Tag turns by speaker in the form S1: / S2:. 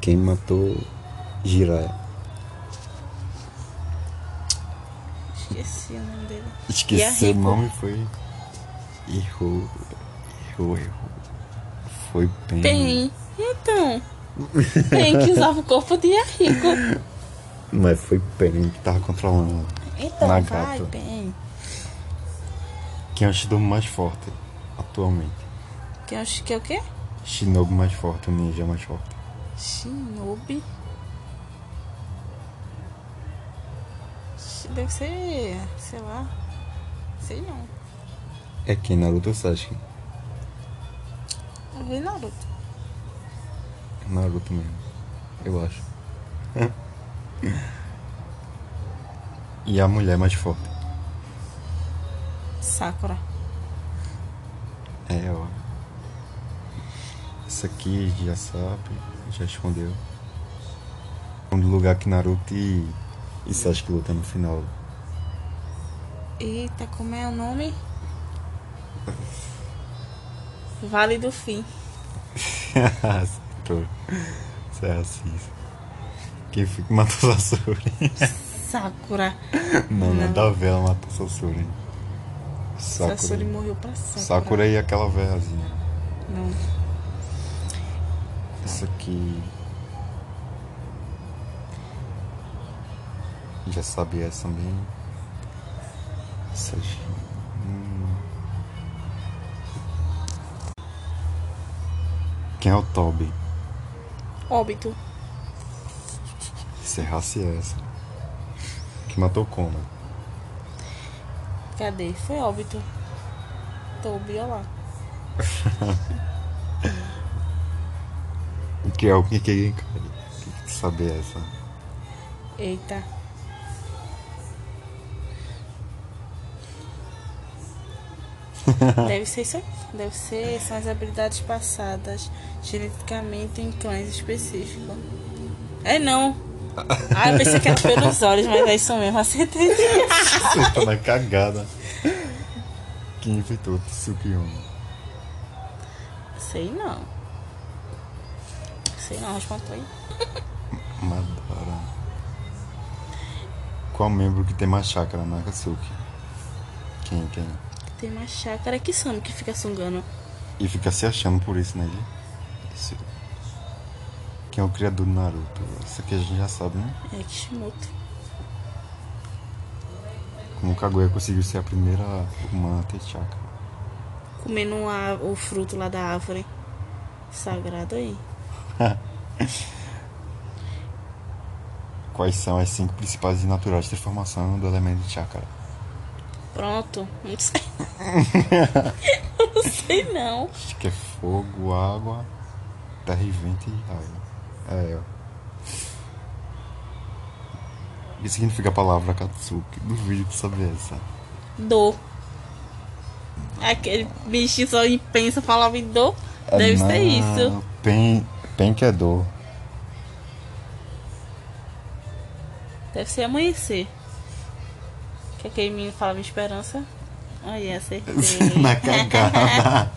S1: Quem matou Jiraiya?
S2: Esqueci o nome dele.
S1: Esqueci o
S2: Yahiko.
S1: nome, foi. Errou. Errou, errou. Foi bem.
S2: Tem. Então. Tem que usava o corpo de Rico.
S1: Mas foi bem que tava controlando. ela.
S2: Então,
S1: Na
S2: vai
S1: gata.
S2: bem.
S1: Quem é o Shinobu mais forte atualmente?
S2: Que eu acho que é o quê?
S1: Shinobu mais forte, o ninja mais forte.
S2: Shinobi. Shi- Deve ser. sei lá. Sei não.
S1: É quem? Naruto ou Sasuke?
S2: Eu vi Naruto.
S1: Naruto mesmo. Eu acho. e a mulher mais forte?
S2: Sakura.
S1: É, ó. Isso aqui já sabe, já respondeu. Um lugar que Naruto e, e Sasuke lutam no final.
S2: Eita, como é o nome? Vale do Fim.
S1: Acertou. Isso é racista. Quem fica matou Sasori?
S2: Sakura.
S1: Não, não,
S2: Não.
S1: da vela matou Sasori. Sakura.
S2: Sasori morreu pra sempre.
S1: Sakura e aquela velhazinha.
S2: Não.
S1: Isso aqui. Já sabe essa também. Essa aqui. Hum. Quem é o Toby?
S2: Óbito.
S1: Serrasse essa. Que matou Conan.
S2: Cadê? Foi óbito. Tobi, olha lá.
S1: O que é o que que cara? Tem que saber essa.
S2: Eita. Deve ser isso aqui. Deve ser. São as habilidades passadas geneticamente em clãs específicos. É não. Ah, eu pensei que era pelos olhos, mas é isso mesmo, acertei.
S1: Você tá na cagada. Quem inventou Tsukiyomi?
S2: Sei não. Sei não, responde aí.
S1: Madara. Qual membro que tem mais chácara na Akatsuki? Quem, quem?
S2: Tem uma chácara que some que fica sungando.
S1: E fica se achando por isso, né? Isso. Quem é o criador do Naruto? Isso aqui a gente já sabe, né?
S2: É Kishimoto.
S1: Como Kaguya conseguiu ser a primeira humana a ter chácara.
S2: Comendo a- o fruto lá da árvore. Sagrado aí.
S1: Quais são as cinco principais e naturais de transformação do elemento de chácara?
S2: Pronto, não sei. Eu não sei não.
S1: Acho que é fogo, água, terra e vento e raio. É, ó. O que significa a palavra Katsuki? Duvido de saber essa.
S2: Dor. Aquele bicho que só pensa falava em dor. Deve
S1: Ah,
S2: ser isso.
S1: Pen, pen que é dor.
S2: Deve ser amanhecer. Que é aquele menino falava em esperança. Olha, acertei.
S1: Na cagada.